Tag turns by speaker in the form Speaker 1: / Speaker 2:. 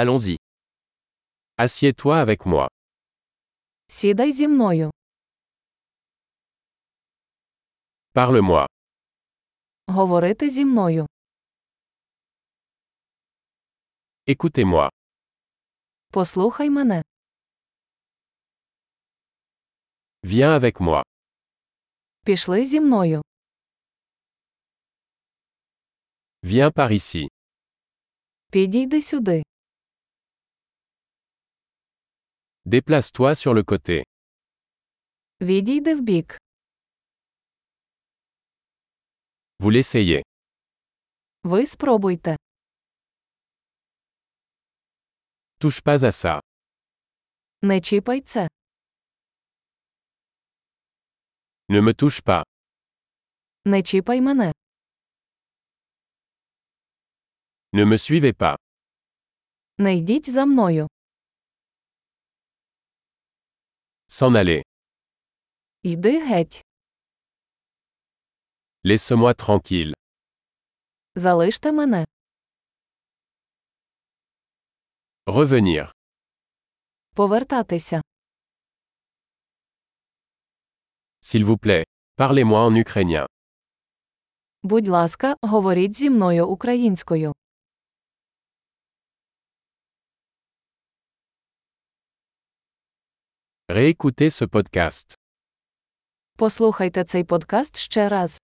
Speaker 1: Allons-y. Assieds-toi avec moi.
Speaker 2: Сідай зі мною.
Speaker 1: Parle-moi.
Speaker 2: Говорити зі мною.
Speaker 1: Écoutez-moi.
Speaker 2: Послухай мене.
Speaker 1: Viens avec moi.
Speaker 2: Пішли зі мною.
Speaker 1: Viens par ici.
Speaker 2: Підійди сюди.
Speaker 1: Déplace-toi sur le côté.
Speaker 2: Відійди вбік.
Speaker 1: Vous l'essayez.
Speaker 2: Ви спробуйте.
Speaker 1: Touche pas à ça.
Speaker 2: Не чіпай це.
Speaker 1: Ne me touche pas.
Speaker 2: Не чіпай мене.
Speaker 1: Ne me suivez pas.
Speaker 2: Не йдіть за мною.
Speaker 1: S'en aller.
Speaker 2: Йди геть.
Speaker 1: Laisse-moi tranquille.
Speaker 2: Залиште мене.
Speaker 1: Revenir.
Speaker 2: Повертатися.
Speaker 1: S'il vous plaît. Parlez-moi en ukrainien.
Speaker 2: Будь ласка, говоріть зі мною українською.
Speaker 1: Réécoutez ce podcast.
Speaker 2: Послухайте цей подкаст ще раз.